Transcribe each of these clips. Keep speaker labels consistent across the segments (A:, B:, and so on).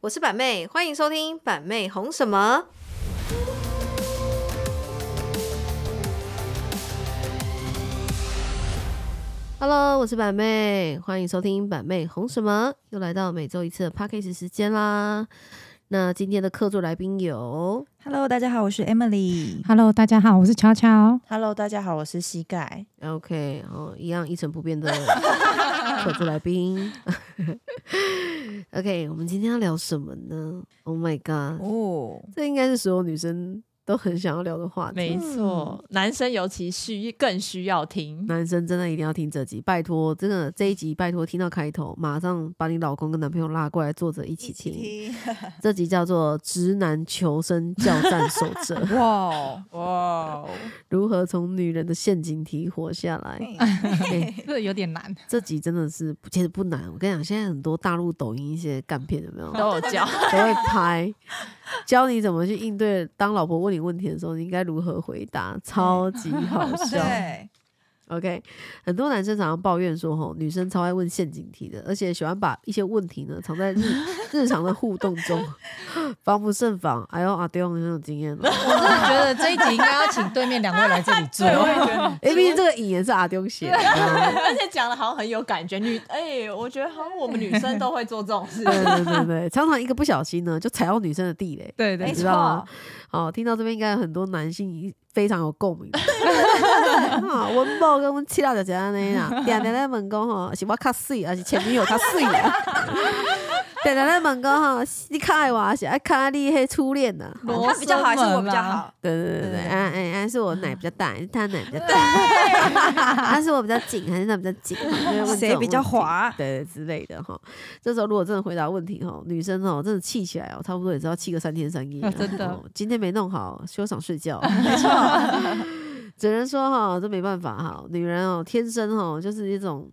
A: 我是板妹，欢迎收听板妹红什么。Hello，我是板妹，欢迎收听板妹红什么，又来到每周一次的 p a c k a g e 时间啦。那今天的客座来宾有
B: Hello，大家好，我是 Emily。
C: Hello，大家好，我是巧巧。
B: Hello，大家好，我是膝盖。
A: OK，哦，一样一成不变的 客座来宾。OK，我们今天要聊什么呢？Oh my god，
B: 哦，，
A: 这应该是所有女生都很想要聊的话题。嗯
D: 没错，男生尤其需更需要听。
A: 男生真的一定要听这集，拜托，真的这一集拜托听到开头，马上把你老公跟男朋友拉过来坐着一起听。这集叫做《直男求生教战守则》
B: 哇哇，
A: 哦如何从女人的陷阱题活下来。哎
C: 这有点难，
A: 这集真的是其实不难，我跟你讲，现在很多大陆抖音一些干片有没有
D: 都有教，
A: 都会拍，教你怎么去应对当老婆问你问题的时候，你应该如何回答，超级好笑。
B: 对，
A: OK，很多男生常常抱怨说，吼，女生超爱问陷阱题的，而且喜欢把一些问题呢藏在日日常的互动中， 防不胜防。哎呦，阿丢，你很有经验哦了。
C: 我真的觉得这一集应该要请对面两位来这里做。
A: 哎，毕竟这个引言是阿丢写的啊。
D: 而且讲的好像很有感觉。女，哎、我觉得好像我们女生都会做这种事。
A: 对对对对，常常一个不小心呢，就踩到女生的地雷，
C: 对对
A: 你
B: 没
A: 知
B: 错
A: 道吗？好，听到这边应该有很多男性一非常有共 鸣。 啊，温某跟阮七老就是安尼啦，常常咧问讲吼，是我较水，还是前女友较水啊？ 常常咧问讲吼，你较爱我，还是爱看你迄初恋啊呐？
C: 罗
B: 他比较好还是我比较好？
A: 对对对对，
B: 对
A: 啊哎啊，是我奶比较大，还是他奶比较大？ 啊，是我比较紧，还是他比较紧？就会问这种
B: 谁比较
A: 问题
B: 滑？
A: 对之类的哈。这时候如果真的回答问题哈，女生哦真的气起来哦，差不多也是要气个三天三夜、
C: 啊真的
A: 哦今天没弄好，休想睡觉。没错，只能说哈，这没办法哈，女人哦天生哦就是一种。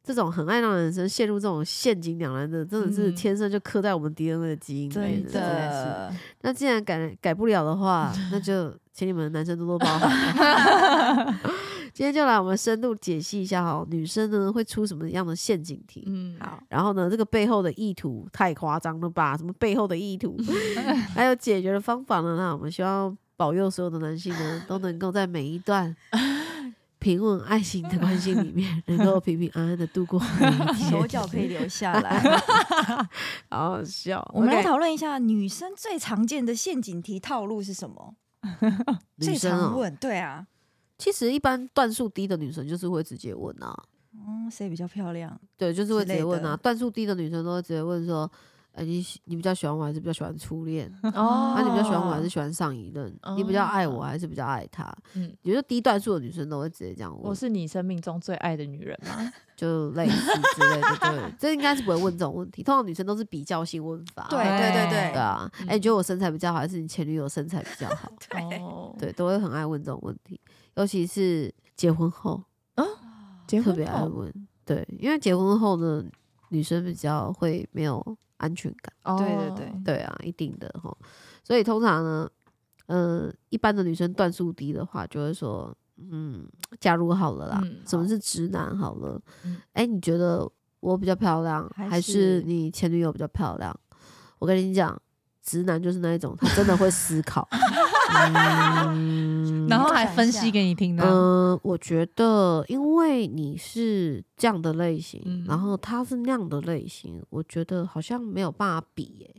A: 这种很爱让人生陷入这种陷阱两难的，真的是
C: 嗯
A: 天生就刻在我们 DNA 的基因里面
B: 真
A: 的，真的是。
B: 的，
A: 那既然改改不了的话，那 就请你们男生多多包涵。啊今天就来我们深度解析一下哈，女生呢会出什么样的陷阱题？
D: 嗯，
B: 好，
A: 然后呢，这个背后的意图太夸张了吧？什么背后的意 图，还有解决的方法呢？那我们希望保佑所有的男性呢，都能够在每一 段平稳爱情的关系里面，能够平平安安的度过每一 天。
B: 手脚可以留下来。
A: 好好笑。
B: 我们来
A: OK，
B: 讨论一下女生最常见的陷阱题套路是什么？
A: 女
B: 最
A: 生
B: 常
A: 哦，
B: 问，对啊，
A: 其实一般段数低的女生就是会直接问啊。
B: 嗯，谁比较漂亮？
A: 对，就是会
B: 之
A: 直接
B: 类
A: 问啊。
B: 的
A: 段数低的女生都会直接问说：“哎、你喜你比较喜欢我还是比较喜欢初恋？
D: 哦
A: 那、你比较喜欢我还是喜欢上一任？你比较爱我还是比较爱他？”嗯
D: 嗯，
A: 也就是低段数的女生都会直接这样问，
D: 我是你生命中最爱的女人吗？
A: 就类似之类的。对，这应该是不会问这种问题。通常女生都是比较性问法。啊
B: 对
C: 哎
B: 对对
A: 对
B: 对，
A: 啊，哎、你觉得我身材比较好，还是你前女友身材比较好？
B: 对，
D: 哦，
A: 对，都会很爱问这种问题，尤其是结婚后
D: 结
A: 特
D: 婚
A: 别爱
D: 后
A: 问。对，因为结婚后呢，女生比较会没有安全感。
D: 哦
B: 对对对
A: 对啊，一定的哈。所以通常呢，嗯，一般的女生段数低的话，就会说，嗯，假如好了啦，
D: 嗯
A: 什么是直男好了？哎、
D: 嗯
A: 你觉得我比较漂亮，还
B: 还
A: 是
B: 是
A: 你前女友比较漂亮？我跟你讲，直男就是那一种，他真的会思考。嗯
C: 然后还分析给你听
D: 啊
C: 的。
A: 嗯、我觉得，因为你是这样的类型，
D: 嗯
A: 然后他是那样的类型，我觉得好像没有办法比耶、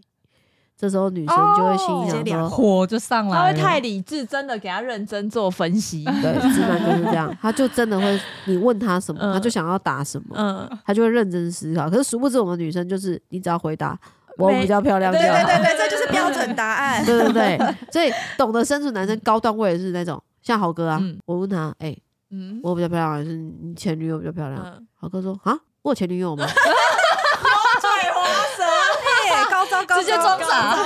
A: 这时候女生就会
D: 哦
A: 心
B: 直接
A: 里想
B: 两
A: 说，
C: 火就上
D: 他
C: 来
D: 会
C: 了，
D: 太理智，真的给他认真做分析。
A: 对，直男就是这样，他就真的会，你问他什么，
D: 嗯
A: 他就想要答什么，
D: 嗯，
A: 他就会认真思考。可是殊不知，我们女生就是你只要回答我
D: 没
A: 比较漂亮就
B: 对
A: 好，
B: 对对对，这就是标准答 案。
A: 对对对所以懂得生存男生高段位的是那种像豪哥啊，
D: 嗯
A: 我问他，哎、
D: 嗯，
A: 我比较漂亮还是你前女友比较漂亮？
D: 嗯
A: 豪哥说啊，我有前女友吗？
B: 对，花蛇， 嘿，高招高招，
C: 直接装傻。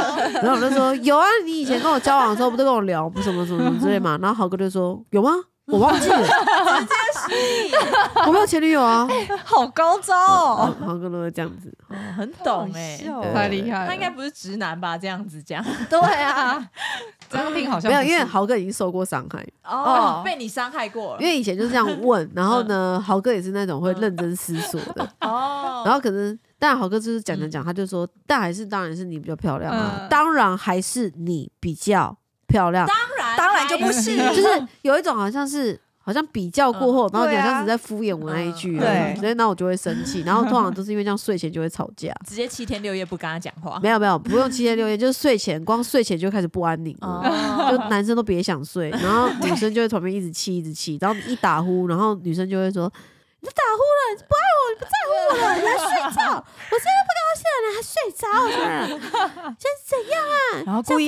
A: 然后我就说有啊，你以前跟我交往的时候不都跟我聊什么什么什么之类 嘛？然后豪哥就说有吗？我忘记了，我没有前女友
C: 哎
A: 啊。
C: 好高招哦，
A: 豪豪哥都会这样子，
D: 哦很懂哎、
A: 欸
B: 哦
A: 对
C: 太厉害了。
D: 他应该不是直男吧？这样子讲
C: 欸对 啊，这样听好像
A: 没有，
C: 不
A: 因为
C: 是
A: 豪哥已经受过伤害，
B: 哦
D: 被你伤害过了
A: 因为
C: 嗯
A: 以前就是这样问，然后呢，豪哥也是那种会认真思索的，
D: 哦
A: 然后可能但豪哥就是讲讲讲，他就说，但还是当然是你比较漂亮啊，
B: 嗯
A: 当然还是你比较漂亮，
D: 当然
B: 当然就不
D: 还
B: 是
A: 就是有一种好像是。好像比较过后，然后你
B: 对
A: 好
B: 啊
A: 像只在敷衍我那一句而已，
B: 对
A: 所以那我就会生气。 然后通常都是因为这样睡前就会吵架，
D: 直接七天六夜不跟他讲
B: 哦
D: 话。
A: 没有没有，不用七天六夜， 就是睡前，光睡前就开始不安宁了。就
D: 哦，
A: 男生都别想 睡，然后女生就会旁边一直气一直气，然后你一打呼，然后女生就会说：“你打呼了，你不爱我，你不在乎我了，你还睡觉，我现在不高兴了，你还 睡着，
B: 然后故意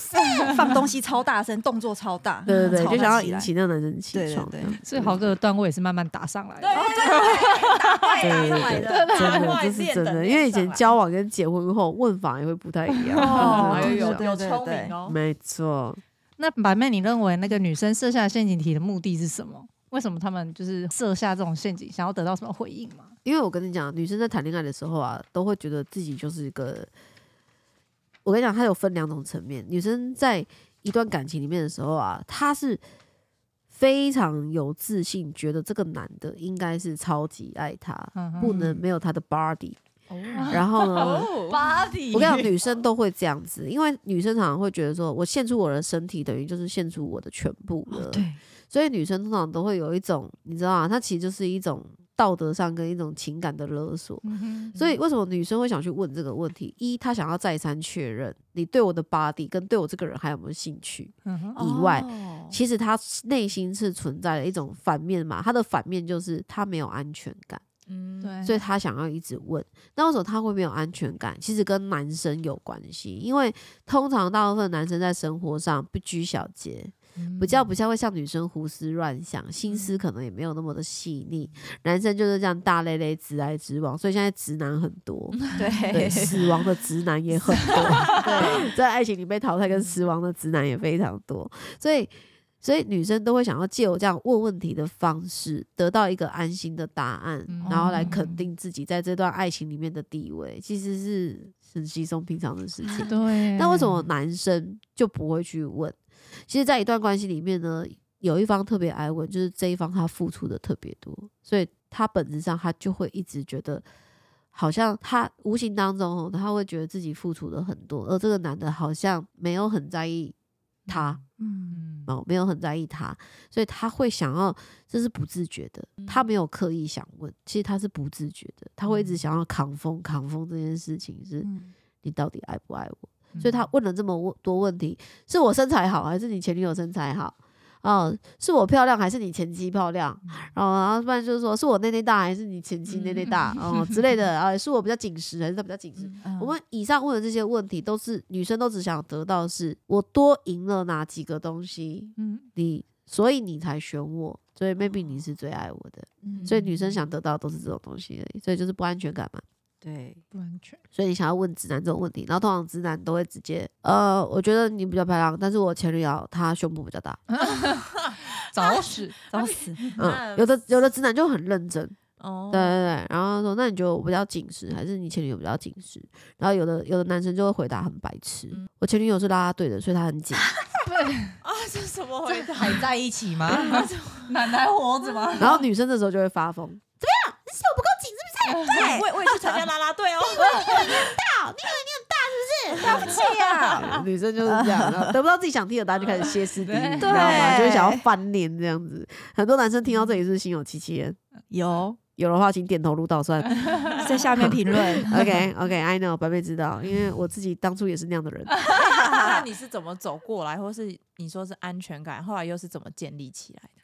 B: 放东西超大声，动作超大，
A: 对对对，
B: 吵
A: 就想要
B: 起
A: 引
B: 来
A: 起那个男生起床。
B: 对对对
C: 所以豪哥的段位也是慢慢打上来的。
D: 对 对，打怪打上来的，
A: 真
D: 打
A: 的
D: 怪
A: 这是
D: 练
A: 真
D: 等
A: 的，
D: 练
A: 因为以前
D: 上来
A: 交往跟结婚后问法也会不太 一样。
B: 哦
D: 哎
A: 对对
D: 呦有
A: 对
B: 对
D: 有
B: 对
D: 聪
B: 对
D: 明哦，
A: 没错，
C: 那板妹，你认为那个女生设下陷阱题的目的是什么？为什么他们就是设下这种陷阱，想要得到什么回应吗？
A: 因为我跟你讲，女生在谈恋爱的时候啊，都会觉得自己就是一个。我跟你讲，它有分两种层面。女生在一段感情里面的时候啊，她是非常有自信，觉得这个男的应该是超级爱她，
C: 嗯哼
A: 不能没有他的 body。
C: 哦
A: 然后呢，
D: 哦，
A: 我跟你讲，女生都会这样子，因为女生常常会觉得说，我献出我的身体，等于就是献出我的全部了。
C: 哦对，
A: 所以女生通常都会有一种，你知道啊，它其实就是一种道德上跟一种情感的勒索。
C: 嗯哼
A: 所以为什么女生会想去问这个问题？一，她想要再三确认你对我的 body 跟对我这个人还有没有兴趣。
C: 嗯哼
A: 以外
D: 哦
A: 其实她内心是存在了一种反面嘛，她的反面就是她没有安全感，
D: 嗯
C: 对，
A: 所以她想要一直问。那为什么她会没有安全感？其实跟男生有关系，因为通常大部分男生在生活上不拘小节，比较不像会像女生胡思乱想，心思可能也没有那么的细腻。男生就是这样大咧咧、直来直往，所以现在直男很多，对，
B: 对
A: 死亡的直男也很多，在爱情里被淘汰跟死亡的直男也非常多，所以。所以女生都会想要借由这样问问题的方式，得到一个安心的答案，
C: 嗯
A: 然后来肯定自己在这段爱情里面的地位，其实是很稀松平常的事情。
C: 嗯对。
A: 那为什么男生就不会去问？其实，在一段关系里面呢，有一方特别爱问，就是这一方他付出的特别多，所以他本质上他就会一直觉得，好像他无形当中哦他会觉得自己付出的很多，而这个男的好像没有很在意他
B: 嗯，
C: 嗯？
A: 哦，没有很在意他，所以他会想要，这是不自觉的，他没有刻意想问，其实他是不自觉的，他会一直想要扛风扛风这件事情是
B: 嗯
A: 你到底爱不爱我？
C: 嗯
A: 所以他问了这么问多问题，是我身材好还是你前女友身材好？哦，是我漂亮还是你前妻漂亮？
B: 嗯
A: 哦，然后不然就是说是我内内大还是你前妻内内大、
B: 嗯
A: 哦之类 的，啊，是我比较紧实还是他比较紧实？我们以上问的这些问题，都是女生都只想得到是我多赢了哪几个东西，
C: 嗯，
A: 你所以你才选我，所以 maybe 你是最爱我的，
B: 哦嗯
A: 所以女生想得到的都是这种东西而已，所以就是不安全感嘛。
B: 对，
C: 不安全。
A: 所以你想要问直男这种问题，然后通常直男都会直接，呃，我觉得你比较漂亮，但是我前女友她胸部比较 大，
C: 找死，
B: 找死，
A: 嗯，有的有的直男就很认真，
D: 哦
A: 对对对，然后说那你觉得我比较紧实，还是你前女友比较紧实？然后有的有的男生就会回答很白痴，
B: 嗯
A: 我前女友是啦啦队的，所以她很 紧，
D: 啊， 这是什么回答？
C: 还在一起吗？奶奶活着吗？
A: 然后女生这时候就会发 疯，
B: 对
D: 我也我也去参加啦啦队哦，
B: 对啊呀，
A: 对女生就是这样，然后得不到自己想听的答案就开始歇斯底里，你知道吗？
B: 对
A: 就会想要翻脸这样子。很多男生听到这里是不是心有戚戚焉，
B: 有
A: 有的话请点头如捣蒜。
B: 在下面评论
A: OK OK，I、know，白贝知道，因为我自己当初也是那样的人。
D: 那你是怎么走过来，或是你说是安全感，后来又是怎么建立起来的？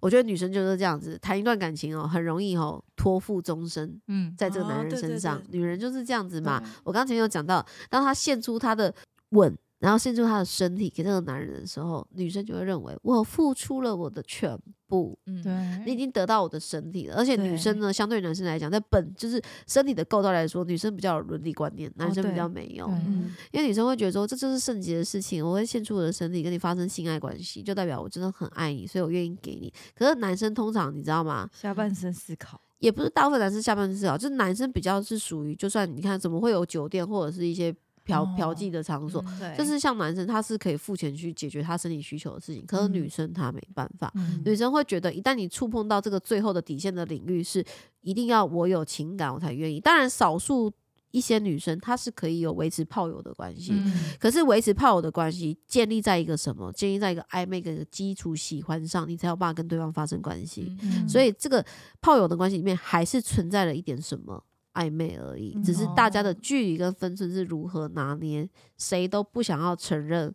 A: 我觉得女生就是这样子，谈一段感情哦，很容易哦托付终身
C: 嗯，
A: 在这个
D: 哦
A: 男人
D: 对对
A: 身上。女人就是这样子嘛
C: 对。
A: 我刚前面有讲到，当她献出她的吻，然后献出她的身体给这个男人的时候，女生就会认为我付出了我的全部。
D: 嗯，
A: 你已
C: 对，
A: 经得到我的身体了，而且
B: 对
A: 女生呢，相对于男生来讲，在本就是身体的构造来说，女生比较有伦理观念，
D: 哦
A: 男生比
B: 对
A: 较没有。
C: 对
B: 嗯，
A: 因为女生会觉得说，这就是圣洁的事情，我会献出我的身体跟你发生性爱关系，就代表我真的很爱你，所以我愿意给你。可是男生通常你知道吗？
B: 下半身思考，
A: 也不是大部分男生下半身思考，就是男生比较是属于，就算你看怎么会有酒店或者是一些嫖
B: 哦
A: 嫖妓的场所。
B: 对，
A: 就是像男生，他是可以付钱去解决他生理需求的事情，可是女
B: 嗯
A: 生她没办法。
C: 嗯
A: 女生会觉得，一旦你触碰到这个最后的底线的领域，是一定要我有情感我才愿意。当然，少数一些女生她是可以有维持炮友的关系，
C: 嗯
A: 可是维持炮友的关系建立在一个什么？建立在一个暧昧的基础喜欢上，你才有办法跟对方发生关系。
D: 嗯
A: 所以，这个炮友的关系里面还是存在了一点什么。暧昧而已，只是大家的距离跟分寸是如何拿捏，谁都不想要承认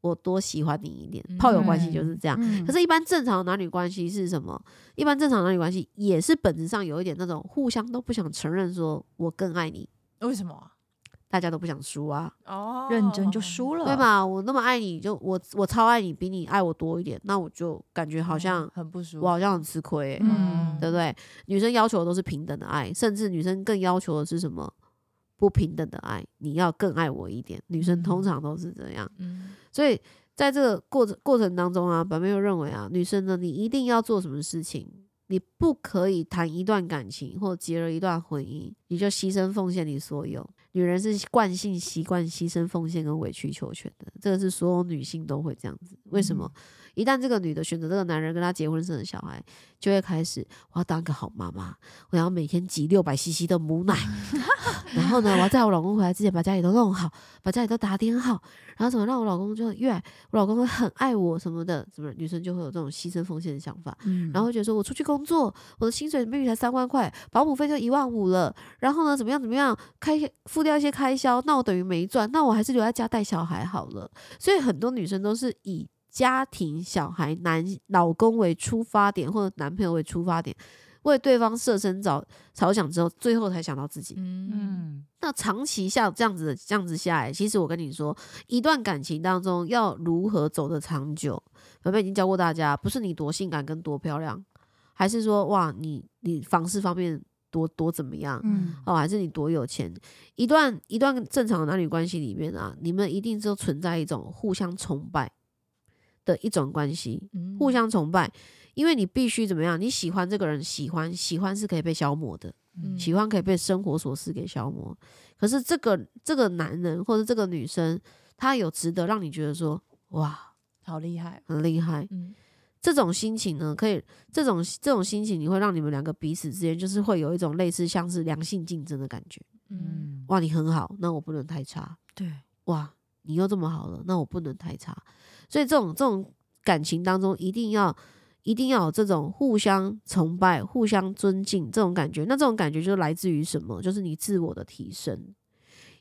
A: 我多喜欢你一点。炮友关系就是这样，
B: 嗯
A: 可是，一般正常的男女关系是什么？一般正常的男女关系也是本质上有一点那种互相都不想承认，说我更爱你，
D: 为什么啊？
A: 大家都不想输啊，
D: 哦，
B: 认真就输了，
A: 对？嘛？我那么爱你，就我我超爱你，比你爱我多一点，那我就感觉
D: 哦，
A: 好像、
D: 很不舒服。
A: 我好像很吃亏、欸，
C: 嗯
A: 对不对？女生要求的都是平等的爱，甚至女生更要求的是什么？不平等的爱，你要更爱我一点。女生通常都是这样。
D: 嗯
A: 所以在这个过程过程当中啊，本妹又认为啊，女生呢，你一定要做什么事情，你不可以谈一段感情或结了一段婚姻，你就牺牲奉献你所有。女人是惯性习惯牺牲奉献跟委曲求全的，这个是所有女性都会这样子。为什么？一旦这个女的选择这个男人跟她结婚生了小孩，就会开始我要当个好妈妈，我要每天挤六百 CC 的母奶，然后呢，我要在我老公回来之前把家里都弄好，把家里都打点好，然后怎么让我老公就越来，我老公会很爱我什么的，什么女生就会有这种牺牲奉献的想法，
B: 嗯
A: 然后会觉得说我出去工作，我的薪水每月才三万块，保姆费就一万五了，然后呢怎么样怎么样，开付掉一些开销，那我等于没赚，那我还是留在家带小孩好了。所以很多女生都是以家庭、小孩、男老公为出发点，或者男朋友为出发点。为对方设身着着想之后，最后才想到自己。
D: 嗯
C: 嗯
A: 那长期下这样子的这样子下来，其实我跟你说，一段感情当中要如何走得长久，本妹已经教过大家，不是你多性感跟多漂亮，还是说哇你你房事方面多多怎么样，
B: 嗯
A: 哦，还是你多有钱？一段一段正常的男女关系里面啊，你们一定都存在一种互相崇拜的一种关系，
D: 嗯
A: 互相崇拜，因为你必须怎么样？你喜欢这个人，喜欢喜欢是可以被消磨的，
D: 嗯
A: 喜欢可以被生活琐事给消磨。可是这个这个男人或者这个女生，他有值得让你觉得说哇
D: 好厉害。
A: 很厉害，
D: 嗯
A: 这种心情呢，可以这种这种心情，你会让你们两个彼此之间就是会有一种类似像是良性竞争的感觉。
D: 嗯
A: 哇，你很好，那我不能太差。
B: 对，
A: 哇，你又这么好了，那我不能太差。所以这种这种感情当中，一定要一定要有这种互相崇拜、互相尊敬这种感觉。那这种感觉就来自于什么？就是你自我的提升。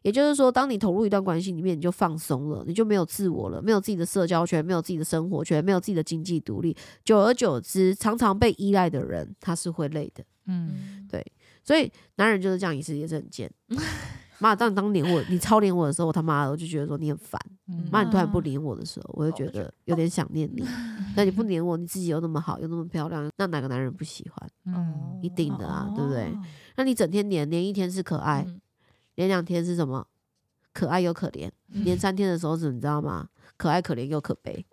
A: 也就是说，当你投入一段关系里面，你就放松了，你就没有自我了，没有自己的社交圈，没有自己的生活圈，没有自己的经济独立。久而久之，常常被依赖的人，他是会累的。
C: 嗯
D: 嗯
A: 对所以男人就是这样，也是也是很贱。妈，当你当黏我，你超黏我的时候，我他妈的我就觉得说你很烦。
C: 嗯
A: 妈，你突然不黏我的时候，我就觉得有点想念你。那你不黏我，你自己又那么好，又那么漂亮，那哪个男人不喜欢？
C: 嗯
A: 一定的啊，对不对
B: 哦？？
A: 那你整天黏，黏一天是可爱，
D: 嗯
A: 黏两天是什么？可爱又可怜。黏三天的时候是，你知道吗？可爱、可怜又可悲。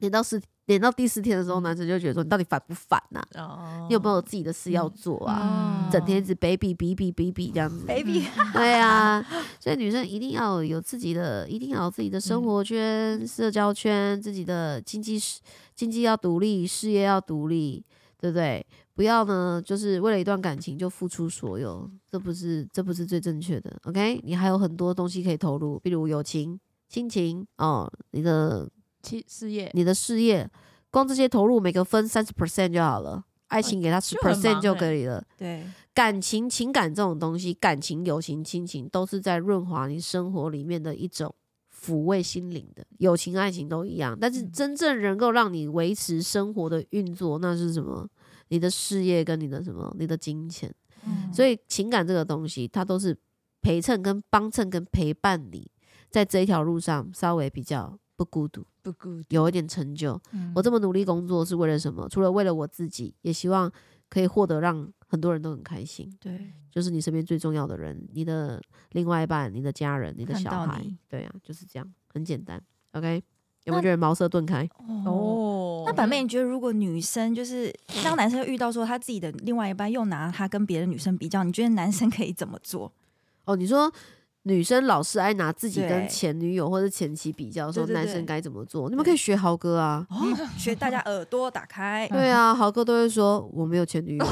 A: 黏到四，黏到第四天的时候，男生就觉得说你到底烦不烦呐、
D: 哦
A: 你有没有自己的事要做啊？
C: 嗯
A: 整天一直 baby baby baby 这样子。
B: baby，
A: 对啊，所以女生一定要有自己的，一定要有自己的
D: 嗯
A: 生活圈、社交圈，自己的经济事经济要独立，事业要独立，对不对？不要呢，就是为了一段感情就付出所有，这不是这不是最正确的。OK，你还有很多东西可以投入，比如友情、亲情哦，你的
D: 其事业
A: 你的事业，光这些投入每个分三十 percent 就好了，爱情给他十
D: 就很
A: percent
D: 忙
A: 就
D: 欸
A: 可以了。
B: 对，
A: 感情、情感这种东西，感情、友情、亲情，都是在润滑你生活里面的一种抚慰心灵的。友情、爱情都一样，但是真正能够让你维持生活的运作，那是什么？你的事业跟你的什么？你的金钱。
C: 嗯
A: 所以情感这个东西，它都是陪衬、跟帮衬、跟陪伴你，在这一条路上稍微比较不孤独，
D: 不 good，
A: 有一点成就。
C: 嗯
A: 我这么努力工作是为了什么？除了为了我自己，也希望可以获得让很多人都很开心。
B: 对，
A: 就是你身边最重要的人，你的另外一半、你的家人、你的
B: 看
A: 小
B: 到
A: 孩
B: 你，
A: 对啊，就是这样，很简单。OK，有没
B: 那
A: 有觉得茅塞顿开？
B: 哦。
D: 哦
B: 那板妹，你觉得如果女生就是当男生遇到说他自己的另外一半又拿他跟别的女生比较，你觉得男生可以怎么做？
A: 哦，你说女生老是爱拿自己跟
B: 对
A: 前女友或者前妻比较，说
B: 对对
A: 男
B: 对哦
A: 生该怎么做，你们可以学豪哥啊。
B: 学大家耳朵打 开，
A: 对啊，豪哥都会说我没有前 女友，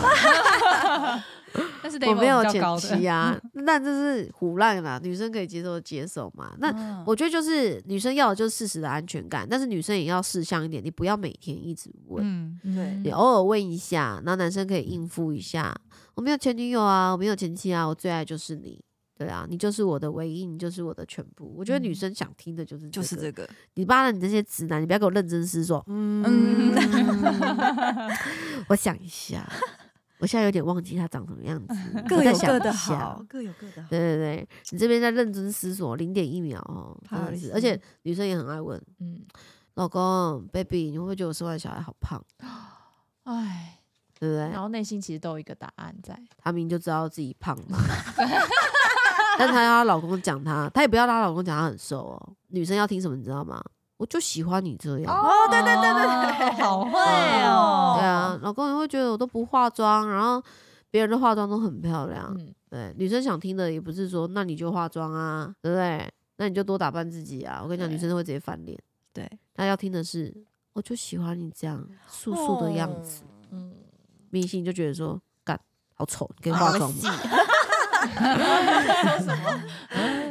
C: 但是
A: 我
C: level
A: 没有
C: 比较
A: 前
C: 高
A: 妻
C: 的，
A: 啊，那这是胡乱啦，女生可以接受的接受嘛。那
B: 嗯
A: 我觉得就是女生要的就是事实的安全感，但是女生也要适相一点，你不要每天一直问，
C: 嗯，
B: 对
A: 你偶尔问一下，然后男生可以应付一下。我没有前女友啊，我没有前妻啊，我最爱就是你。对啊，你就是我的唯一，你就是我的全部。我觉得女生想听的就是
B: 嗯就是
A: 个
B: 这个，
A: 你扒了你这些直男，你不要给我认真思索。嗯， 我想一下，我现在有点忘记他长什么样子，
B: 各
A: 我再
B: 有
A: 想
B: 各的
A: 一下
B: 好，。各有各的好。
A: 对对对，你这边在认真思索零点一秒哦，真
C: 不好
A: 的
C: 意
A: 是，
C: 思
A: 而且女生也很爱问
D: 嗯，
A: 老公，baby，你会不会觉得我生完小孩好胖，
D: 哎，
A: 对不对？
D: 然后内心其实都有一个答案在，
A: 她明明就知道自己胖嘛， 但她要她老公讲她，她也不要让她老公讲她很瘦哦。女生要听什么，你知道吗？我就喜欢你这样。
C: 哦，对对对对对，好会
A: 对
C: 哦，
A: 啊，老公也会觉得我都不化妆，然后别人的化妆都很漂亮。
D: 嗯，
A: 对，女生想听的也不是说那你就化妆啊，对不对？那你就多打扮自己啊。我跟你讲，女
D: 对
A: 生都会直接翻脸。
B: 对，
A: 她要听的是，我就喜欢你这样素素的样子。
B: 哦
D: 嗯，
A: 明星就觉得说，干好丑，你可以
D: 哦
A: 化妆吗？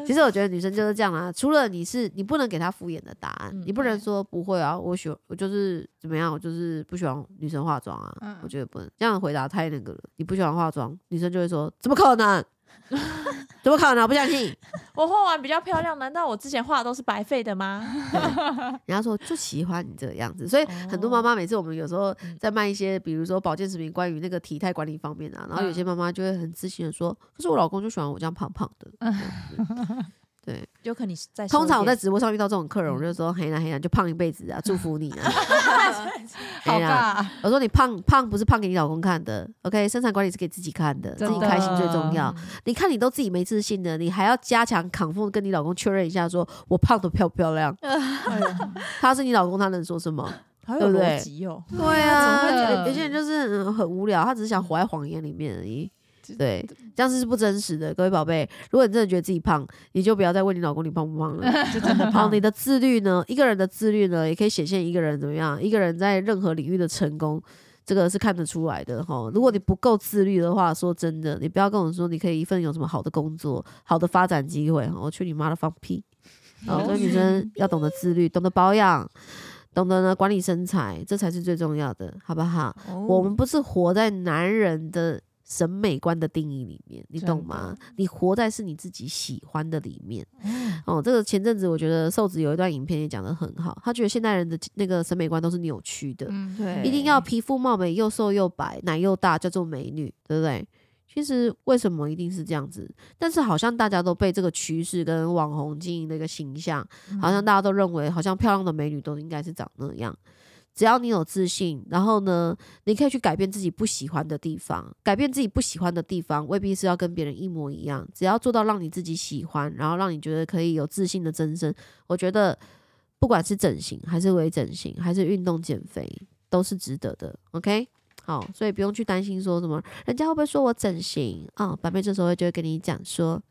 A: 其实我觉得女生就是这样啦、除了你是你不能给她敷衍的答案，
D: 嗯
A: 你不能
D: 对
A: 说不会啊，我喜欢我就是怎么样，我就是不喜欢女生化妆啊。
C: 嗯
A: 我觉得不能这样回答太那个了。你不喜欢化妆，女生就会说怎么可能？ 怎么可能？我不相信。
D: 我画完比较漂亮，难道我之前画的都是白费的吗？
A: 人家说就喜欢你这个样子，所以很多妈妈每次我们有时候在卖一些，比如说保健食品关于那个体态管理方面啊，然后有些妈妈就会很自信的说，可是我老公就喜欢我这样胖胖的。这样子对，
D: 有可能你在
A: 通常我在直播上遇到这种客人，我就说
C: 嗯
A: 黑啦黑啦，你就胖一辈子啊，祝福你啊。
C: 好
A: 黑啦，
C: 尬，
A: 我说你胖胖不是胖给你老公看的，OK，身材管理是给自己看的，自
C: 真
A: 己
C: 的
A: 开心最重要
D: 嗯。
A: 你看你都自己没自信的，你还要加强扛缝，跟你老公确认一下说我胖的漂不漂亮？
C: 呃
A: 他是你老公，他能说什么？
D: 好
A: 对
D: 有
A: 不对
D: 逻辑哦，
A: 对啊，
C: 真的
A: 有有些人就是很很无聊，他只是想活在谎言里面而 已。对，这样子是不真实的，各位宝贝。如果你真的觉得自己胖，你就不要再问你老公你胖不胖 了。
B: 就真的
A: 好，
B: 胖
A: 哦你的自律呢？一个人的自律呢，也可以显现一个人怎么样，一个人在任何领域的成功，这个是看得出来的哈。如果你不够自律的话，说真的，你不要跟我说你可以一份有什么好的工作、好的发展机会，齁我去你妈的放屁！哦，所以女生要懂得自律，懂得保养，懂得呢管理身材，这才是最重要的，好不好？
C: 哦
A: 我们不是活在男人的审美观的定义里面，你
C: 真的
A: 懂吗？你活在是你自己喜欢的里面。
C: 嗯
A: 哦，这个前阵子我觉得瘦子有一段影片也讲得很好，他觉得现代人的那个审美观都是扭曲的，
C: 嗯，
B: 对
A: 一定要皮肤貌美，又瘦又白，奶又大，叫做美女，对不对？其实为什么一定是这样子？但是好像大家都被这个趋势跟网红经营的一个形象，好像大家都认为，好像漂亮的美女都应该是长那样。只要你有自信，然后呢，你可以去改变自己不喜欢的地方，改变自己不喜欢的地方，未必是要跟别人一模一样。只要做到让你自己喜欢，然后让你觉得可以有自信的增生，我觉得不管是整形还是微整形，还是运动减肥，都是值得的。OK，好，所以不用去担心说什么人家会不会说我整形啊、板妹这时候就会跟你讲说，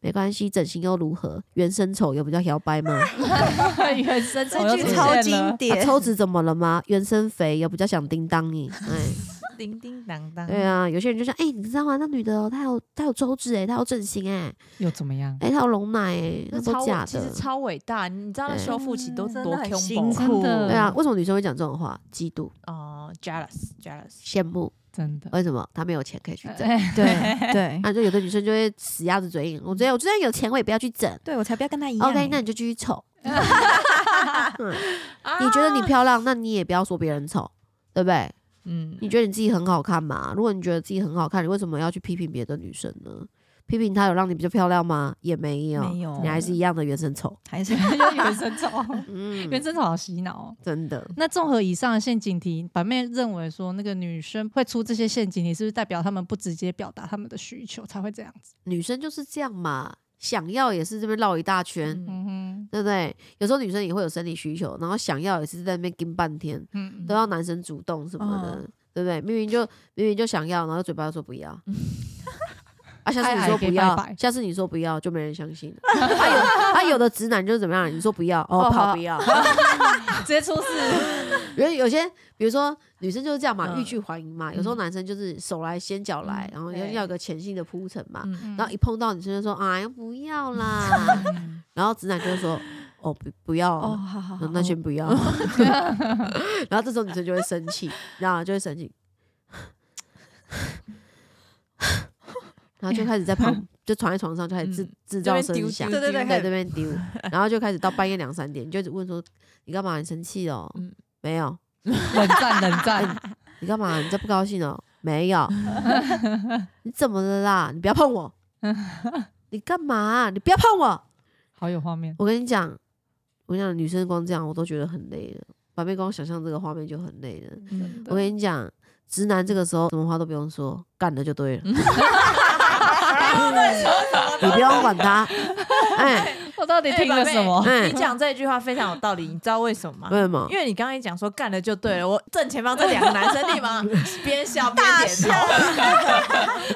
A: 没关系，整形又如何？原生丑有比较摇摆 吗？
C: 原生丑
B: 这
C: 又
B: 句
C: 出现
B: 超
C: 了
B: 经，
A: 啊
B: 典，
A: 抽脂怎么了吗？原生肥有比较想叮当你？哎，
D: 叮叮当当，
A: 对啊，有些人就说，哎、你知道吗？那女的哦，她有她有抽脂哎、她有整形哎、
C: 又怎么样？
A: 哎、她有隆奶哎、
D: 那
A: 那
D: 超
A: 都假
D: 其实
A: 的。
D: 超伟大，你知道那
A: 对
D: 修复期都
B: 嗯真的
D: 多
B: 很
D: c
B: 辛
D: o
C: 真的
A: 对啊，为什么女生会讲这种话？嫉妒、
D: 哦，jealous jealous，
A: 羡慕，
C: 真的，
A: 为什么？她没有钱可以去
D: 呃
A: 整。
C: 哎
B: 对对
A: 啊，就有的女生就会死鸭子嘴硬，我觉得我就算有钱，我也不要去整。
B: 对，我才不要跟他一样。
A: OK，那你就继续丑。 你觉得你
D: 啊
A: 漂亮，那你也不要说别人丑，对不对？
D: 嗯
A: 你觉得你自己很好看嘛？如果你觉得自己很好看，你为什么要去批评别的女生呢？批评她有让你比较漂亮吗？也没有，
B: 没有
A: 你还是一样的原生丑。
B: 还 是哦
C: 又原生丑，
A: 嗯，
C: 原生丑好洗脑哦。
A: 真的，
C: 那综合以上的陷阱题，板妹认为说，那个女生会出这些陷阱题，是不是代表她们不直接表达她们的需求才会这样子？
A: 女生就是这样嘛，想要也是这边绕一大圈，
D: 嗯
C: 嗯哼，
A: 对不对？有时候女生也会有生理需求，然后想要也是在那边跟半天，
C: 嗯，
A: 都要男生主动什么的，
B: 嗯
A: 对不对？明明就明明就想要，然后嘴巴又说不要，啊，下次你
C: 哎
A: 说
C: 哎给
A: 不要，
C: 拜拜
A: 下次你说不要就没人相信了。 他有他有的直男就是怎么样，你说不要哦，
D: 哦
A: 跑
D: 好
A: 不要。
D: 直接出事，
A: 有有些比如说女生就是这样嘛，
D: 嗯
A: 欲拒还迎嘛。有时候男生就是手来先脚来，然后要
B: 对
A: 要有个前戏的铺陈嘛。
D: 嗯
A: 然后一碰到女生就说：“哎呀，不要啦。”然后直男就会说：“哦，不不要啊，
B: 哦，好好好
A: 嗯，那先不
D: 哦
A: 要。”
D: 啊
A: 然后这时候女生就会生气，然后就会生气，然后就开始在 旁就躺在床上就开始制
D: 嗯
A: 制
D: 这
A: 造
D: 边
A: 声
D: 丢
A: 响，
D: 丢
B: 对对
D: 丢
B: 对
A: 在这边 丢，然后就开始到半夜两三点，就一直问说：“你干嘛？你生气哦
D: 嗯？
A: 没有？
C: 冷战冷战，
A: 你干嘛？你这不高兴哦？没 有？你怎么了啦？你不要碰我！你干嘛？你不要碰我！”
C: 好有画面。
A: 我跟你讲，我跟你讲，女生光这样我都觉得很累了，白妹光想象这个画面就很累了。
D: 嗯
A: 我跟你讲，直男这个时候什么话都不用说，干了就对了。 你不用管他，哎，
C: 我到底听了什么？
A: 哎
D: 你讲这句话非常有道理，你知道为什么吗？
A: 为什么？
D: 因为你刚刚一讲说干了就对了，我正前方这两个男 生立马边笑边点头，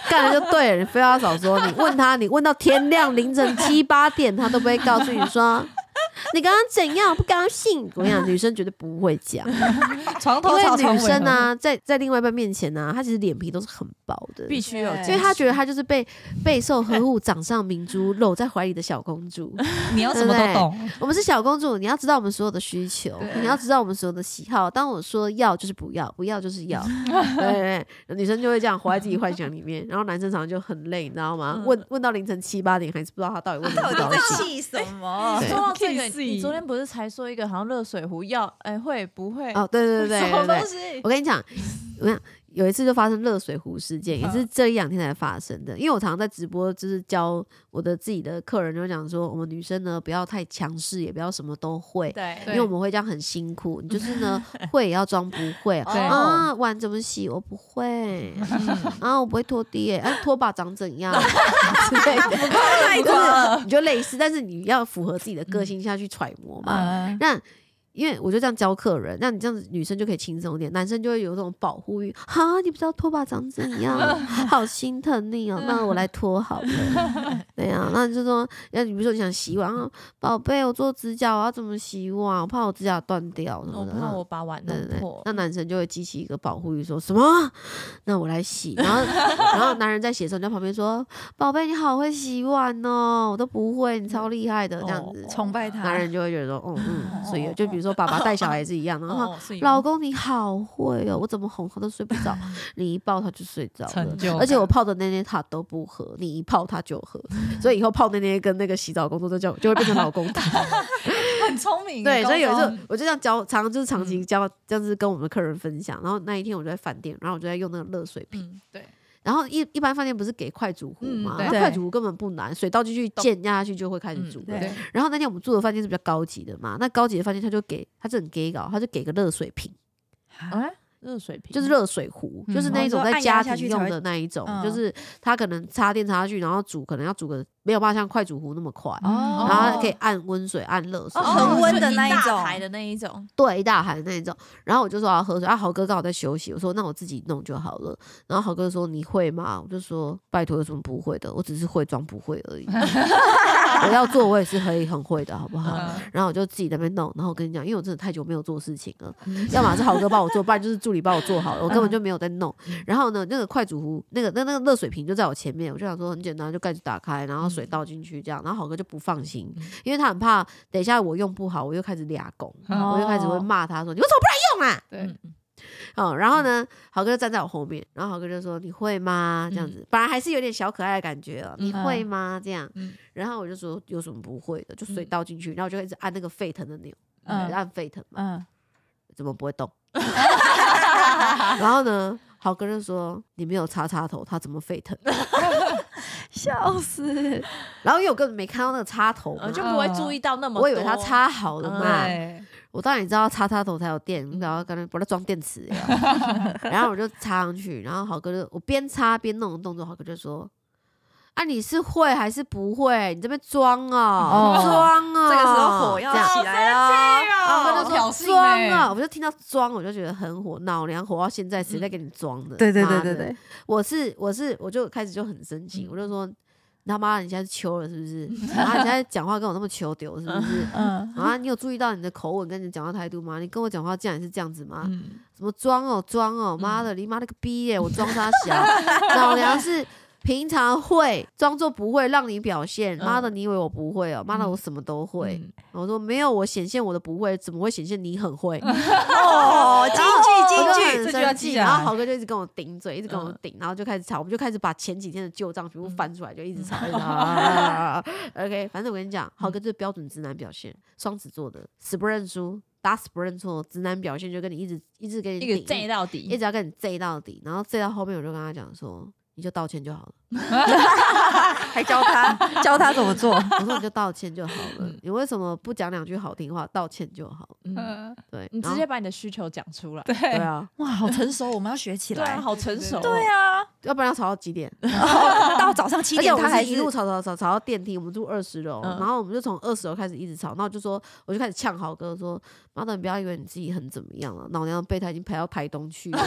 A: 干了就对了，你非要少说。你问他，你问到天亮凌晨七八点，他都不会告诉你说。你刚刚怎样不高兴？我跟你讲，女生绝对不会讲，
C: 床
A: 因
C: 头吵，
A: 为
C: 床
A: 女
C: 尾和
A: 生啊呢、，在在另外一半面前呢、她其实脸皮都是很薄的，
D: 必须有
B: 对
A: 所
D: 这
A: 以
D: 个，
A: 她觉得她就是被备受呵护、掌上明珠、搂在怀里的小公主。
C: 你要什么都懂，
A: 我们是小公主，你要知道我们所有的需求，
C: 对
A: 你要知道我们所有的喜好。当我说要就是不要，不要就是要，对对对，女生就会这样活在自己幻想里面，然后男生常常就很累，你知道吗？
D: 嗯
A: 问问到凌晨七八点，还是不知道他到底问
B: 到
A: 了
B: 底
A: 多少
B: 在
A: 次。
B: 气什么？
D: 哦说到这个，
C: Kissy
D: 你昨天不是才说一个好像热水壶要哎会不会
A: 哦，对对对
D: 什
A: 对
D: 么
A: 对对，
D: 东西？
A: 我跟你讲，我跟你讲有一次就发生热水壶事件，也是这一两天才发生的。因为我常常在直播，就是教我的自己的客人，就讲说，我们女生呢不要太强势，也不要什么都会。
D: 对
A: 因为我们会这样很辛苦，你就是 呢会也要装不会
C: 对
D: 哦
A: 啊，碗怎么洗我不会 啊，我不会拖地耶，啊拖把长怎 样之类的，
B: 太
A: 就
B: 夸张
A: 是你就类似，但是你要符合自己的个性下去揣摩嘛。
B: 啊
C: 嗯，
A: 那因为我就这样教客人，那你这样子女生就可以轻松一点，男生就会有这种保护欲。哈，你不知道拖把长怎样， 好心疼你哦。那我来拖好了。对啊，那你就说，那你比如说你想洗碗啊，宝贝，我做指甲，我要怎么洗碗？我怕我指甲断掉什么
D: 我
A: 的。
D: 哦怕我把碗
A: 对对
D: 弄
A: 对
D: 破，，
A: 那男生就会激起一个保护欲，说什么？ 那我来洗。然后，然后男人在洗的时候，你在旁边说：“宝贝，你好会洗碗哦，我都不会，你超厉害的。”这样
D: 哦
A: 子，
B: 崇拜他，
A: 男人就会觉得说，哦嗯，所以
B: 哦
A: 就比如说爸爸带小孩是一样，然后
D: 哦是有
A: 老公你好会哦，我怎么哄他都睡不着，你一抱他就睡着了
C: 成就，感
A: 而且我泡的那些他都不喝，你一泡他就喝，所以以后泡那些跟那个洗澡工作就叫就会变成老公汤。
C: 很聪明耶。
A: 对，所以有一
C: 高中
A: 次我就这样教，常常就是长期教，这样子跟我们的客人分享。然后那一天我就在饭店，然后我就在用那个热水瓶。
D: 嗯
C: 对，
A: 然后一一般饭店不是给快煮壶
D: 嗯
A: 吗？
D: 对
A: 那快煮壶根本不难，水倒进去溅压下去就会开始
D: 嗯
A: 煮了。
B: 对，
A: 然后那天我们住的饭店是比较高级的嘛，那高级的饭店他就给他就很 gay 搞，他就给个热水瓶，
B: 嗯
D: 哎，热水瓶
A: 啊就是热水壶，
C: 嗯
A: 就是那一种
B: 哦
A: 在
B: 按
A: 家
B: 压下
A: 庭
B: 去
A: 用
B: 才
A: 的
B: 会
A: 那一种，
B: 嗯
A: 就是他可能插电插下去，然后煮可能要煮个没有办法像快煮壶那么快，
C: 哦
A: 然后它可以按温水按热水，
B: 哦恒温的
D: 就
B: 那一
D: 大
B: 种
D: 台的那一种，
A: 对，一大喊那一种。然后我就说我要喝水，啊，豪哥刚好在休息，我说那我自己弄就好了。然后豪哥说你会吗？我就说拜托，有什么不会的？我只是会装不会而已。我要做，我也是可以很会的，好不好？
C: 嗯
A: 然后我就自己在那边弄。然后我跟你讲，因为我真的太久没有做事情了，要么是豪哥帮我做，不然就是助理帮我做好了，我根本就没有在弄。然后呢，那个快煮壶，那个那那个热水瓶就在我前面，我就想说很简单，就盖子打开，然后水倒进去这样。然后豪哥就不放心，因为他很怕等一下我用不好，我又开始俩拱，
C: 哦
A: 我又开始会骂他说你为什么不来用啊？
C: 对，
A: 哦，然后呢，豪哥就站在我后面，然后豪哥就说：“你会吗？”这样子，本来还是有点小可爱的感觉哦。你
C: 嗯
A: 会吗？这样
D: 嗯，
A: 然后我就说有什么不会的，就水倒进去，然后我就一直按那个沸腾的钮，
B: 嗯
A: 按沸腾嘛，
B: 嗯，
A: 怎么不会动？然后呢，豪哥就说：“你没有插插头，它怎么沸腾
B: 笑死，？”
A: 然后因为我根本没看到那个插头嘛
D: 我，哦呃就不会注意到那么多，嗯
A: 我以为它插好了嘛，
C: 嗯对，
A: 我当然知道插插头才有电，然后刚才把它装电池呀， 然后我就插上去，然后豪哥就我边插边弄的动作，豪哥就说：“啊，你是会还是不会？你这边装哦
C: 哦，
A: 装哦，
B: 这个时候火要
A: 这样
B: 起来了，
A: 然后他就
C: 挑
A: 说
C: 衅
A: 装
C: 欸
A: 啊，我就听到装，我就觉得很火，老娘火到现在，谁在给你装的？
B: 对对对
A: 妈
B: 对
A: 的
B: 对，
A: 我是我是我就开始就很生气，
D: 嗯
A: 我就说 你他妈的你现在是秋了是不是？ 然后你现在讲话跟我那么求丢是不是？
D: 嗯
A: 啊，你有注意到你的口吻跟你讲话态度吗？你跟我讲话竟然是这样子吗？
D: 嗯，
A: 什么装哦装哦，妈的，你妈了个逼耶、我装啥小？老娘是平常会装作不会让你表现，妈的，你以为我不会哦？妈的，
D: 嗯
A: 我什么都会。
D: 嗯，
A: 然后我说没有，我显现我的不会，怎么会显现你很 会？
B: 哦，京
A: 我就
B: 剧京剧，
A: 很
C: 这句要
A: 生
C: 记
A: 气，
C: 下
A: 然
C: 来
A: 后豪哥就一直跟我顶嘴，一直跟我
D: 嗯
A: 顶，然后就开始吵，我们就开始把前几天的旧账全部翻出来，就
D: 嗯
A: 一直吵。 一直吵 OK，反正我跟你讲，豪哥就是标准直男表现，双子座的，死不认输，打死不认错，直男表现就跟你一直一直跟你
D: 一个
A: 顶
D: 贼到
A: 一
D: 底，
A: 直要跟你 Z 到底，然后 Z 到后面我就跟他讲说，你就道歉就好了。
B: 还教他 教他怎么做，
A: 我说你就道歉就好了
D: 嗯，
A: 你为什么不讲两句好听话，道歉就好？
D: 嗯，
A: 对，
D: 你
A: 然
D: 直
A: 后
D: 接把你的需求讲出来，
A: 对啊，
B: 哇，好成熟，我们要学起
D: 对啊，
B: 来。
D: 好成熟哦，
B: 对啊，
A: 要不然要吵到几点？
B: 到早上七
A: 而且
B: 点
A: 我
B: 他
A: 们
B: 还
A: 是一路吵吵吵吵到电梯，我们住二十楼，
D: 嗯
A: 然后我们就从二十楼开始一直吵，然后我就说，我就开始呛豪哥说：“妈的，你不要以为你自己很怎么样了、老娘的备胎已经排到台东去了。”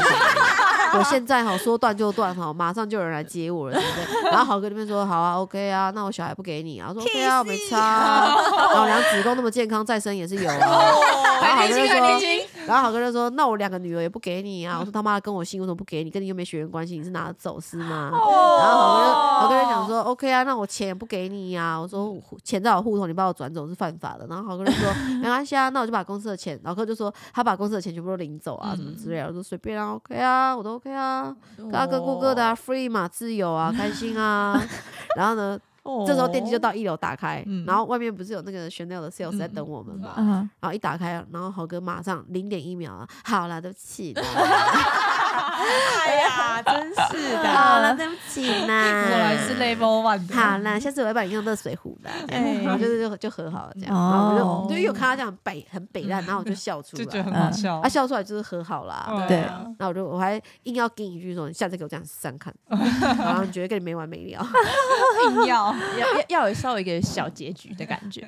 A: 我现在好说断就断哈，马上就有人来接我了，对不对？然后豪哥那边说好啊，OK 啊，那我小孩不给你啊，我说 OK 啊，我没差、 啊，老娘子宫那么健康，再生也是有
B: 哦
A: 啊。然后豪哥就说，
C: 心，
A: 然后豪哥就说，那我两个女儿也不给你啊，我说他妈的跟我姓，为什么不给你？跟你又没血缘关系，你是拿着走私吗？然后豪哥就豪哥就讲说，OK 啊，那我钱也不给你呀、我说我钱在我户头，你把我转走是犯法的。然后豪哥就说没关系啊，那我就把公司的钱，豪哥就说他把公司的钱全部都领走啊，什么之类的。我说随便啊，OK 啊，我都 OK 啊，大家各过各的啊，free 嘛，自由啊，开心啊。然后呢，
D: 哦，
A: 这时候电梯就到一楼打开，
D: 嗯
A: 然后外面不是有那个 Chanel 的 sales 在等我们嘛，
B: 嗯，
A: 然后一打开，然后豪哥马上零点一秒啊，好啦，对不起啦，
D: 哎呀，真是的，
A: 好啦，对不起啦，
C: 果然是 level one 的。
A: 嗯 好啦，下次我会把你用热水壶的， 这样
D: 哎
A: 然后就是就就和好了这样，然后我就
B: 哦
A: 对，因为我看他这样北很北烂，然后我就笑出
C: 就觉得
A: 来，
C: 很哦好笑
A: 他。笑出来就是和好啦。
C: 嗯
B: 对
A: 那我就我还硬要跟一句说，你下次给我这样删 看，然后你觉得跟你没完没了，
C: 硬要
D: 要要要有稍微一个小结局的感觉，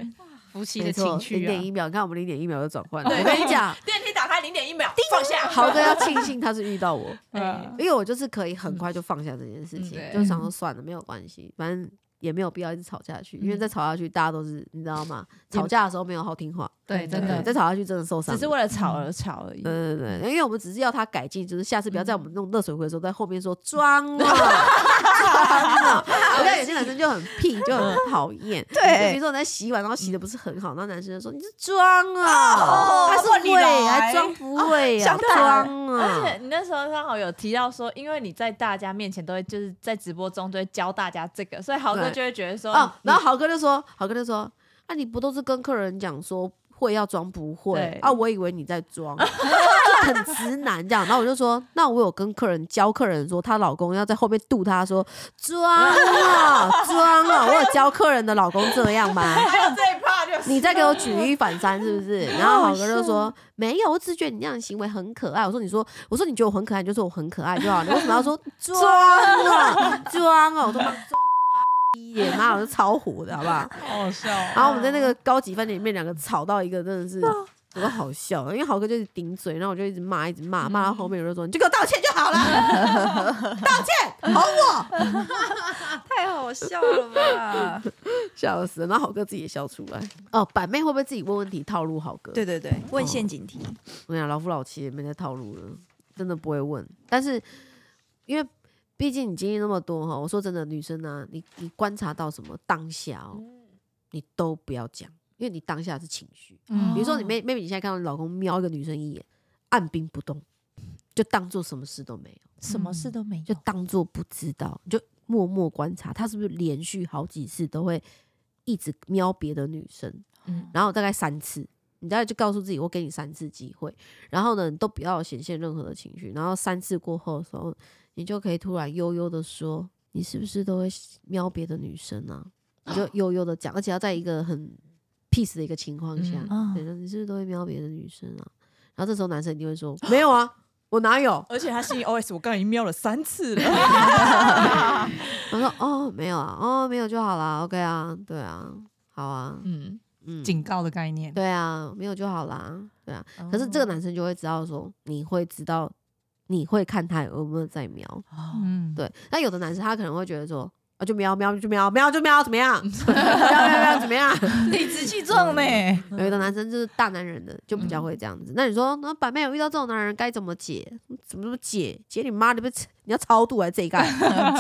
C: 夫妻
A: 没
C: 的
A: 错
C: 情，
A: 零
C: 趣啊
A: 点，一秒，你看我们零点一秒就转换了。
D: 对
A: 我跟你 讲，
D: 电梯打开零点一秒，放下，
A: 豪哥要庆幸他是遇到我，
C: 嗯
A: 因为我就是可以很快就放下这件事情，
D: 嗯对
A: 就想说算了，没有关系，反正也没有必要一直吵架下去，因
C: 嗯
A: 为再吵下去大家都是你知道吗？吵架的时候没有好听话，
C: 对，真
A: 对，
C: 的
A: 再吵下去真的受伤了。
D: 只是为了吵而吵而已。
A: 对对对，因为我们只是要他改进，就是下次不要在我们弄热水壶的时候，在后面说装啊装啊。我看有些男生就很屁，就很讨厌。
B: 对
A: 就比如说你在洗碗，然后洗的不是很好，那男生就说你是装啊，他是
C: 问你
A: 会
C: 来
A: 还装不会啊，
B: 想打
A: 装
D: 而
A: 啊
D: 且。你那时候刚好有提到说，因为你在大家面前都会就是在直播中都会教大家这个，所以豪哥
A: 对
D: 就会觉得说，
A: 哦，
D: 你
A: 然后 豪哥就说，豪哥就说，啊，你不都是跟客人讲说会要装不会
D: 对
A: 啊？我以为你在装， 就很直男这样。然后我就说，那我有跟客人教客人说，她老公要在后面度她说装啊装啊，我有教客人的老公这样吗？
D: 最怕就是
A: 你再给我举 一反三是不 是？然后好哥就说没有，我只是觉得你这样的行为很可爱。我说你说，我说你觉得我很可爱，你就说我很可爱就好。你为什么要说 装啊装啊？我他妈装逼耶！妈，我是超火的好不好？
C: 好好笑。
A: 然后我们在那 个高级饭店里面，两个吵到一个真的 是。有个好笑，因为豪哥就是顶嘴，然后我就一直骂，一直骂，骂到后面我就说：“你就给我道歉就好了， 道歉，好我
B: 太好笑了吧？
A: 笑死了。”然后豪哥自己也笑出来。哦，板妹会不会自己问问题套路豪哥？
B: 对对对，问陷阱题，
A: 我跟你讲，老夫老妻也没在套路了，真的不会问。但是因为毕竟你经历那么多哈，我说真的，女生啊，你你观察到什么当下哦，
D: 嗯
A: 你都不要讲，因为你当下是情绪。
C: 嗯
A: 比如说你妹妹，你现在看到你老公瞄一个女生一眼，按兵不动，就当做什么事都没有，
D: 什么事都没有，
A: 就当做不知道，你就默默观察他是不是连续好几次都会一直瞄别的女生。
D: 嗯
A: 然后大概三次，你大概就告诉自己，我给你三次机会，然后呢，你都不要显现任何的情绪，然后三次过后的时候，你就可以突然悠悠的说，你是不是都会瞄别的女生啊？你就悠悠的讲，而且要在一个很 peace 的一个情况下，
D: 嗯
B: 啊
A: 对，你是不是都会瞄别的女生啊？然后这时候男生一定会说，没有啊，我哪有？
D: 而且他心里 OS：我刚才已经瞄了三次了。
A: 我说哦，没有啊，哦，没有就好啦 o、k 啊，对啊，好啊，
D: 嗯，
A: 嗯，
C: 警告的概念。
A: 对啊，没有就好啦，对啊。可是这个男生就会知道说，你会知道，你会看他有没有在瞄。
D: 哦，
C: 嗯，
A: 对，那有的男生他可能会觉得说，啊，就瞄瞄就瞄瞄就瞄，怎么样？ 瞄瞄瞄怎么样？
C: 理直气壮呢。
A: 有的男生就是大男人的，就比较会这样子。那你说，那板妹有遇到这种男人该怎么解？怎么怎么解？解你妈！你不是你要超度还是这一盖？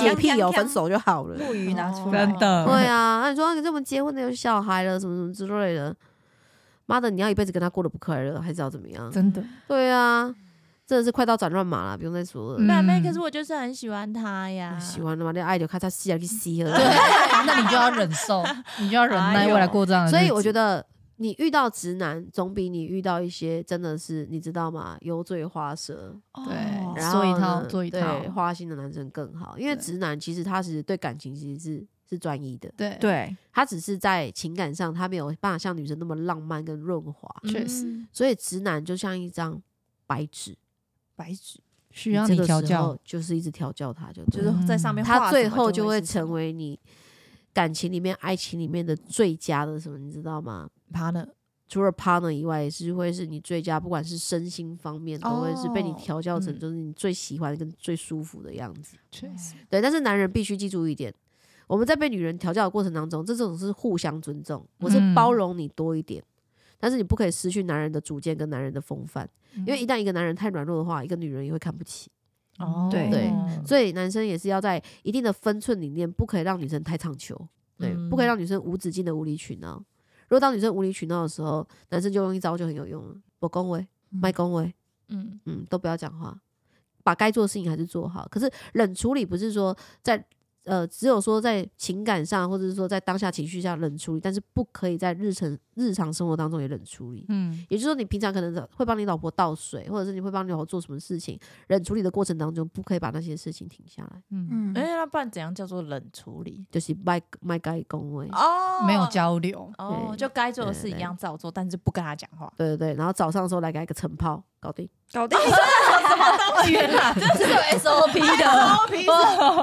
A: 解屁哦，分手就好了。
B: 木鱼拿出来，
C: 真 的，
A: 对啊，那你说这么结婚的有小孩了，什么什么之类的，妈的，你要一辈子跟他过得不快乐，还是要怎么样？
C: 真的，
A: 对啊，真的是快刀斩乱麻了，不用再说了。
C: 嗯
D: 妹妹，可是我就是很喜欢他呀，
A: 喜欢的嘛，那爱就看他吸啊去吸了。
C: 那你就要忍受，你就要忍耐
D: 哎呦
C: 未来过这样的日子。
A: 所以我觉得你遇到直男，总比你遇到一些真的是你知道吗？油嘴滑舌，
C: 对
A: 然后
C: 说一
A: 呢
C: 套哦做一
A: 对
C: 套
A: 花心的男生更好，因为
C: 对
A: 直男其实他其实对感情其实是是专一的，
C: 对
B: 对，
A: 他只是在情感上他没有办法像女生那么浪漫跟润滑，
C: 确实
D: 嗯
A: 所以直男就像一张白纸，
B: 白纸，
C: 需要
A: 这
C: 你
A: 个
C: 调
A: 时
C: 教
A: 候，就是一直调教他就
D: 就
A: 对了。
D: 是在上面画什么
A: 他
D: 是什么，
A: 最后就会成为你感情里面、爱情里面的最佳的什么，你知道吗？
C: 嗯
D: 他呢，
A: 除了 partner 以外，也是会是你最佳，不管是身心方面，都会是被你
D: 哦
A: 调教成
D: 嗯
A: 就是你最喜欢跟最舒服的样子。
C: 确实
A: 对，但是男人必须记住一点，我们在被女人调教的过程当中，这种是互相尊重，我是
C: 嗯
A: 包容你多一点，但是你不可以失去男人的主见跟男人的风范，因
C: 嗯
A: 为一旦一个男人太软弱的话，一个女人也会看不起。
C: 哦
B: 对
A: 对
C: 嗯
A: 所以男生也是要在一定的分寸里面，不可以让女生太唱球，对，
D: 嗯
A: 不可以让女生无止境的无理取闹。如果当女生无理取闹的时候，男生就用一招就很有用了，我恭维，麦恭维，
D: 嗯，
A: 嗯，都不要讲话，把该做的事情还是做好。可是冷处理不是说在呃，只有说在情感上，或者是说在当下情绪下冷处理，但是不可以在日程日常生活当中也冷处理。
C: 嗯
A: 也就是说，你平常可能会帮你老婆倒水，或者是你会帮你老婆做什么事情，冷处理的过程当中，不可以把那些事情停下来，
C: 嗯，
B: 嗯
D: 哎，那不然怎样叫做冷处理？
A: 就是卖卖该恭维。
D: 哦
C: 没有交流，
D: 哦
A: 对，
D: 就该做的事
A: 对
D: 一
A: 对
D: 样照做，但是不跟他讲话。
A: 对对对，然后早上的时候来给他一个晨泡，搞定。
B: 搞定，
C: 原来是有 SOP 的，
D: 哦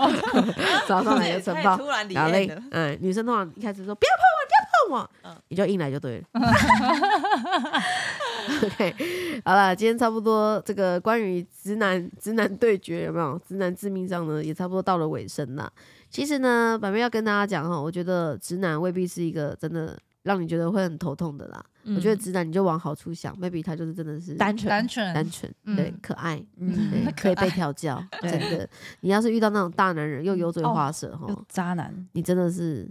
A: 早上来一个晨泡，
D: 哎然
A: 然后嘞，嗯，女生通常一开始说不要碰我，不要碰我，
D: 嗯
A: 你就硬来就对了。OK，好了，今天差不多这个关于直男直男对决有没有直男致命伤呢，也差不多到了尾声啦。其实呢，板妹要跟大家讲哈，我觉得直男未必是一个真的让你觉得会很头痛的啦。
D: 嗯
A: 我觉得直男你就往好处想，maybe 他就是真的是
D: 单纯
C: 单纯
A: 单纯，
C: 嗯
A: 对，可爱，
B: 嗯
A: 对，，可以被调教，真的。你要是遇到那种大男人又油嘴滑舌哈，
B: 有渣男，
A: 你真的是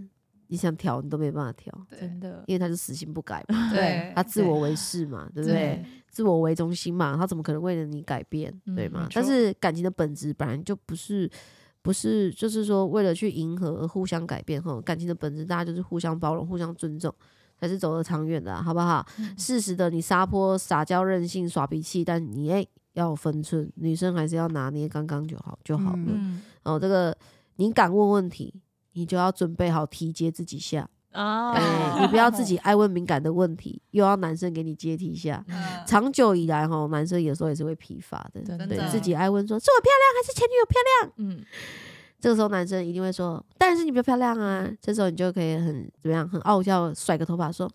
A: 你想调你都没办法调，
C: 对
D: 的
A: 因为他就死性不改嘛，
C: 对
B: 啊
A: 他自我为是嘛，对不对？自我为中心嘛，他怎么可能为了你改变，
D: 嗯
A: 对吗
D: 没？错
A: 但是感情的本质本来就不是。不是，就是说为了去迎合而互相改变哈，感情的本质大家就是互相包容、互相尊重，才是走得长远的啊、好不好？适时的你撒泼、撒娇、任性、耍脾气，但你哎、要有分寸，女生还是要拿捏刚刚就好就好了。
B: 嗯
C: 嗯，
A: 哦，这个你敢问问题，你就要准备好提接自己下，
D: 啊
A: 哎，你不要自己爱问敏感的问题，又要男生给你接替下。长久以来哈，男生有时候也是会疲乏的，
D: 真
A: 对
D: 的
A: 自己爱问说是我漂亮还是前女友漂亮？
D: 嗯，
A: 这个时候男生一定会说，当然是你比较漂亮啊。这时候你就可以很怎么样，很傲娇，甩个头发说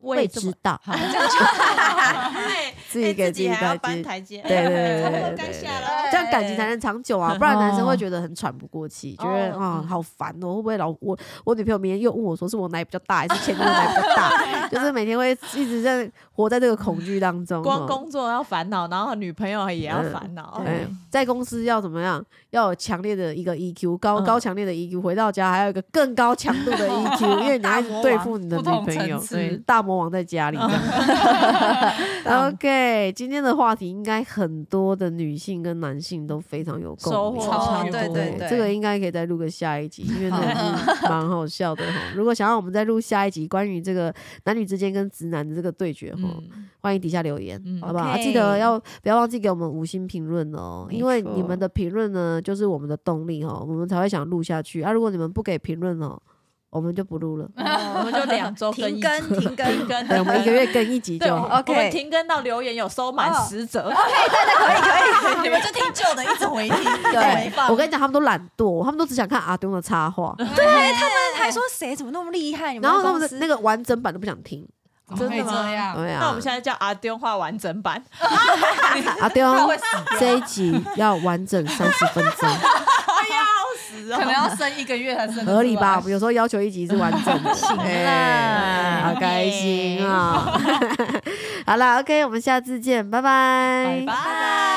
D: 我
A: 我也 知道，
C: 好，这样
D: 哎
A: 自 己给
D: 自
A: 自己
D: 己还
A: 台
D: 要
A: 阶
D: 搬。台阶，
A: 对对 对对对对
D: 该
A: 对
D: 下了。
A: 这样感情才能长久啊，不然男生会
C: 哦
A: 觉得很喘不过气，觉
D: 哦
A: 得啊、
D: 嗯
A: 好烦哦，会不会老我我女朋友明天又问我说是我奶比较大还是前女友奶比较 大，就是每天会一直在活在这个恐惧当中。
D: 光
A: 哦
D: 工作要烦恼，然后女朋友也要烦恼。
C: 哦
A: 哎、
D: 哎
A: 在公司要怎么样？要有强烈的一个 EQ，高、
D: 嗯
A: 高强烈的 EQ，回到家还有一个更高强度的 EQ，因为你要一直对付你的女
C: 哦大魔王
A: 朋友
C: 不同层，次
A: 对，大魔王在家里。OK，今 天的话题应该很多的女性跟男性都非常有共
D: 收
A: 鸣
D: 获。
B: 超
D: 超
B: 对
D: 多
B: 对对，
A: 哦这个应该可以再录个下一集，因为真的
B: 好
A: 是蛮好笑的哈。如果想要我们再录下一集关于这个男女之间跟直男的这个对决哈，
D: 嗯
A: 欢迎底下留言，
D: 嗯
A: 好不好、啊
B: OK
A: 记得要不要忘记给我们五星评论哦，
B: 没
A: 因为
B: 错
A: 你们的评论呢，就是我们的动力哦，我们才会想录下去啊。如果你们不给评论哦，我们就不录了。
D: 我们就两周更
B: 嗯 停
D: 一集
B: 更停更，
D: 停更，
A: 对，我们一个月更一集
D: 对
A: 就
D: 我们
A: 好。
B: OK
D: 我们停更到留言有收满
B: 哦
D: 十折，
B: 可以可以，你们就听旧的，一直回听，一直回放。
A: 我跟你讲，他们都懒惰，他们都只想看阿东的插画，
B: 对他们还说谁怎么那么厉害，你们
A: 然后他
B: 公
A: 们的
B: 司
A: 那个完整版都不想听。
D: 真的吗
C: 这样？
A: 对啊，
D: 那我们现在叫阿丢画完整版，
A: 阿东
D: 他会死掉，
A: 啊哦这一集要完整三十分 钟，
D: 哎呀，好死哦，
C: 可能要生一个月才生得
A: 合理吧？我
C: 出
A: 们有时候要求一集是完整 的，哎好开哦 心啊！好啦 o k 我们下次见，拜拜
C: 来？拜拜。